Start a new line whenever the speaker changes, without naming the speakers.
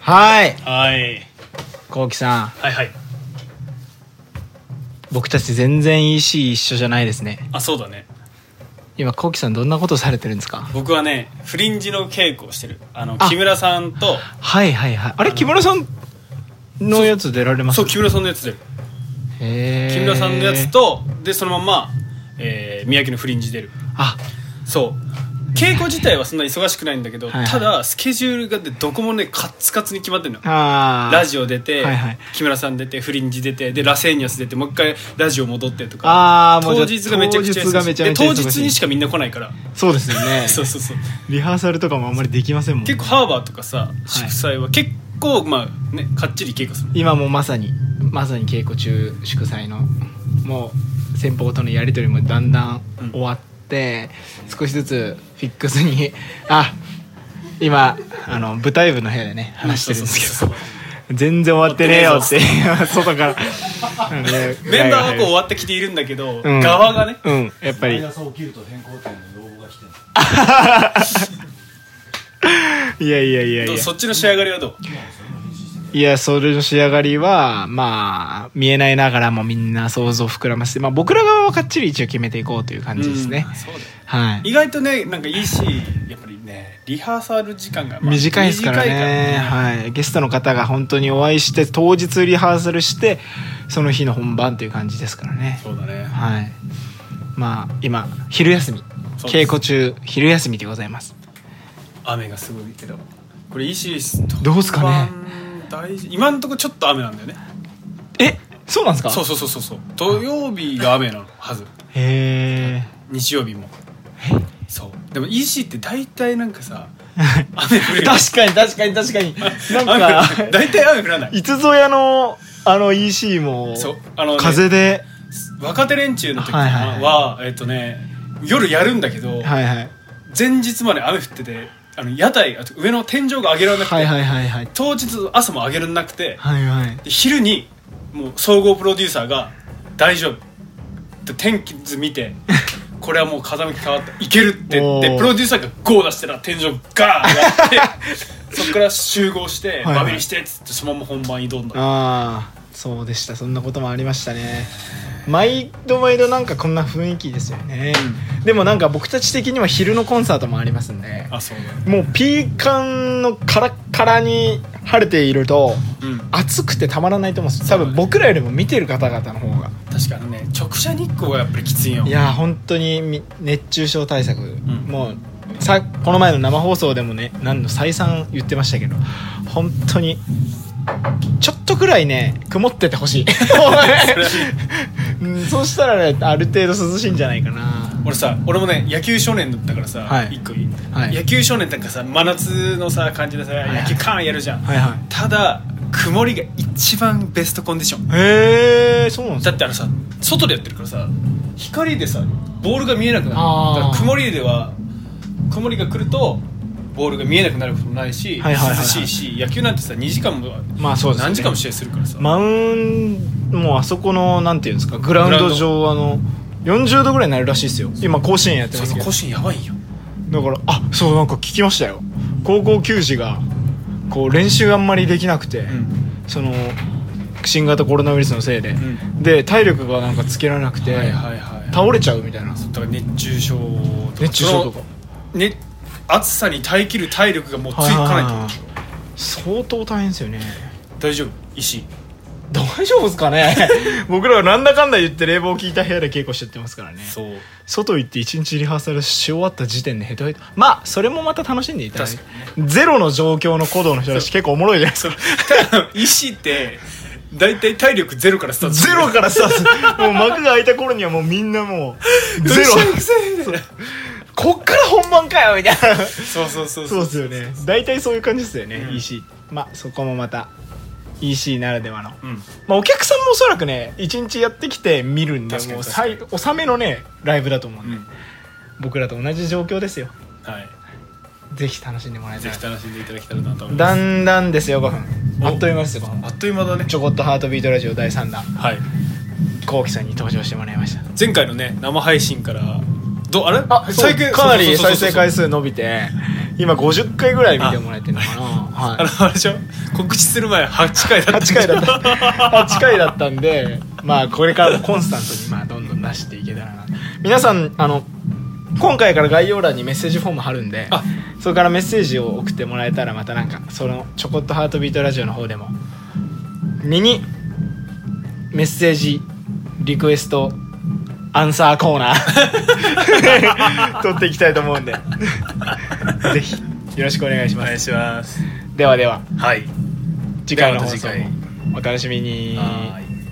はい
はい
こうきさん
はいはい
僕たち全然 EC 一緒じゃないですね
あそうだね
今こうきさんどんなことされてるんですか
僕はねフリンジの稽古をしてるあの
あ
木村さんと
はいはいはいあれ
あの
木村さんのやつ出られます
そう木村さんのやつで
へー
木村さんのやつとでそのまま、えー、宮城のフリンジ出る
あ
そう稽古自体はそんな忙しくないんだけど、
はいはい
ただスケジュールがでどこもねカッツカツに決まってるの
あー
ラジオ出て、
はいはい
木村さん出てフリンジ出てでラセーニャス出てもう一回ラジオ戻ってとか
あーもう
当
じゃあ
日がめちゃくちゃ
当日がめちゃめちゃ
で当日にし
か
かみんな来ないから
そうですよね
そうそうそう
リハーサルとかもあんまりできませんもんね
結構ハーバーとかさ祝祭は結構まあねかっちり稽古する
今もまさにまさに稽古中祝祭のもう先方とのやり取りもだんだん
うん
終わって、少しずつフィックスにあ今あの舞台部の部屋でね話してるんですけ
そう
ど
そうそう
全然終わってねえよって外からあのね
メンバーはこう終
う
わってきているんだけど、
うん
側がね
うんやっぱり
毎朝起きると変更点の要望が来てる
いやいやいやい
どう
や
そっちの仕上がりはどう
いやそれの仕上がりはまあ見えないながらもみんな想像膨らませて、まあ、僕ら側はかっちり一応決めていこうという感じですね
うん、そうだよ
はい
意外とねなんかいいしやっぱりねリハーサル時間が、まあ
短いですからね
短い
はい、ゲストの方が本当にお会いして当日リハーサルしてその日の本番という感じですからね、
そうだね
はい、まあ今昼休み
そう
稽
です
古中昼休みでございます
雨がすごいけどこれいいし
どうっすかね
当番大事今のところちょっと雨なんだよね
えそうなんですか
そうそうそうそうそう土曜日が雨なのはず
へえ
日曜日も そうでも EC って大体なんかさ雨降るよ
確かに確かに確かになん
雨降る
か
大体雨降らない
いつぞやのあの EC も
そうあのね
風で
若手連中の時は、
はいはい
えっとね夜やるんだけど、
はいはい
前日まで雨降っててあの屋台あと上の天井が上げられなくて、
はいはいはいはい
当日朝も上げられなくて、
はいはい
で昼にもう総合プロデューサーが「大丈夫」って天気図 見て「これはもう風向き変わったいける」って言って
おー
プロデューサーがゴー出してたら天井ガーン上がって そっから集合して
はい
バビりしてっつってそのまま本番挑んだ
ああそうでしたそんなこともありましたね毎度毎度なんかこんな雰囲気ですよね、でもなんか僕たち的には昼のコンサートもありますんで
あそうだ
もうピーカンのカラッカラに晴れていると
うん
暑くてたまらないと思うんです多分僕らよりも見てる方々の方が
確かにね直射日光がやっぱりきついよ
いやー本当にみ熱中症対策、もうさこの前の生放送でもね何度再三言ってましたけど本当にちょっとくらいね曇っててほしい うんそうしたらねある程度涼しいんじゃないかな
俺さ俺もね野球少年だったからさ、
はい
一個いい、
はい
野球少年なんかさ真夏のさ感じでさ、
はい
野球カーンやるじゃん、
はいはい
ただ曇りが一番ベストコンディション
へえそうなんです
だ
か
ってあのさ外でやってるからさ光でさボールが見えなくなる
あー
だから曇りでは曇りが来るとボールが見えなくなることもないし、
はいはいはいはい
涼しいし野球なんてさ2時間も、
まあそうですね
何時間も試合するからさ、
マウンもうあそこのなんていうんですかグラウンド上あの40度ぐらいになるらしいですよ今甲子園やって
そ
ま
う
す
そ
け
う
ど
甲子園やばいよ
だからあそうなんか聞きましたよ高校球児がこう練習あんまりできなくて、
ん
その新型コロナウイルスのせいで、
ん
で体力がなんかつけられなくて、
はいはいはい
倒れちゃうみたいな
だから熱中症とか
熱中症とか
そのね暑さに耐えきる体力がもうついてかないと思う
はい相当大変ですよね
大丈夫石井
大丈夫ですかね 僕らはなんだかんだ言って冷房効いた部屋で稽古しちゃってますからね
そう
外行って一日リハーサルし終わった時点でヘトヘトまあそれもまた楽しんでいただいてゼロの状況の鼓動の人たち結構おもろいじゃないですか
そうただ石井って大体体力ゼロからスタートす
ゼ
る
ロからスタートする もう幕が開いた頃にはもうみんなも うゼロ
どうしたらいいくせみたいな
こっから本番かよみたいな
そうそうそう
そうですよね大体そういう感じですよね、
うん
EC まあそこもまた EC ならではの、
うん
まあ、お客さんもおそらくね一日やってきて見るんで
確かに
もう
確かに
最納めのねライブだと思うんで、
うん
僕らと同じ状況ですよ
はい
ぜひ楽しんでもらいた
ぜ
い
ひ楽しんでいただけたらなと思いま
だ
す
んだんですよ5分
お
あっという間ですよ5分
あっという間だね
ちょこっとハートビートラジオ第3弾
はい
こうきさんに登場してもらいました
前回のね生配信からどうあれ
あ最近かなり再生回
数
数伸びて今50回ぐらい見てもらえてるのかな、
あ
は
のあれでしょ告知する前8回だ
い、
ったん
8
でし
回
ょ
だった8回だったんでまあこれからもコンスタントにまあどんどん出していけたらな皆さんあの今回から概要欄にメッセージフォーム貼るんで
あ
それからメッセージを送ってもらえたらまたなんかそのちょこっとハートビートラジオの方でもミニメッセージリクエストアンサーコーナ ー取っていきたいと思うんでぜひよろしくお願いし
お
ま
願い
す
します
ではでは
はい
次回の放送
ではまた次
もお楽しみに
はーい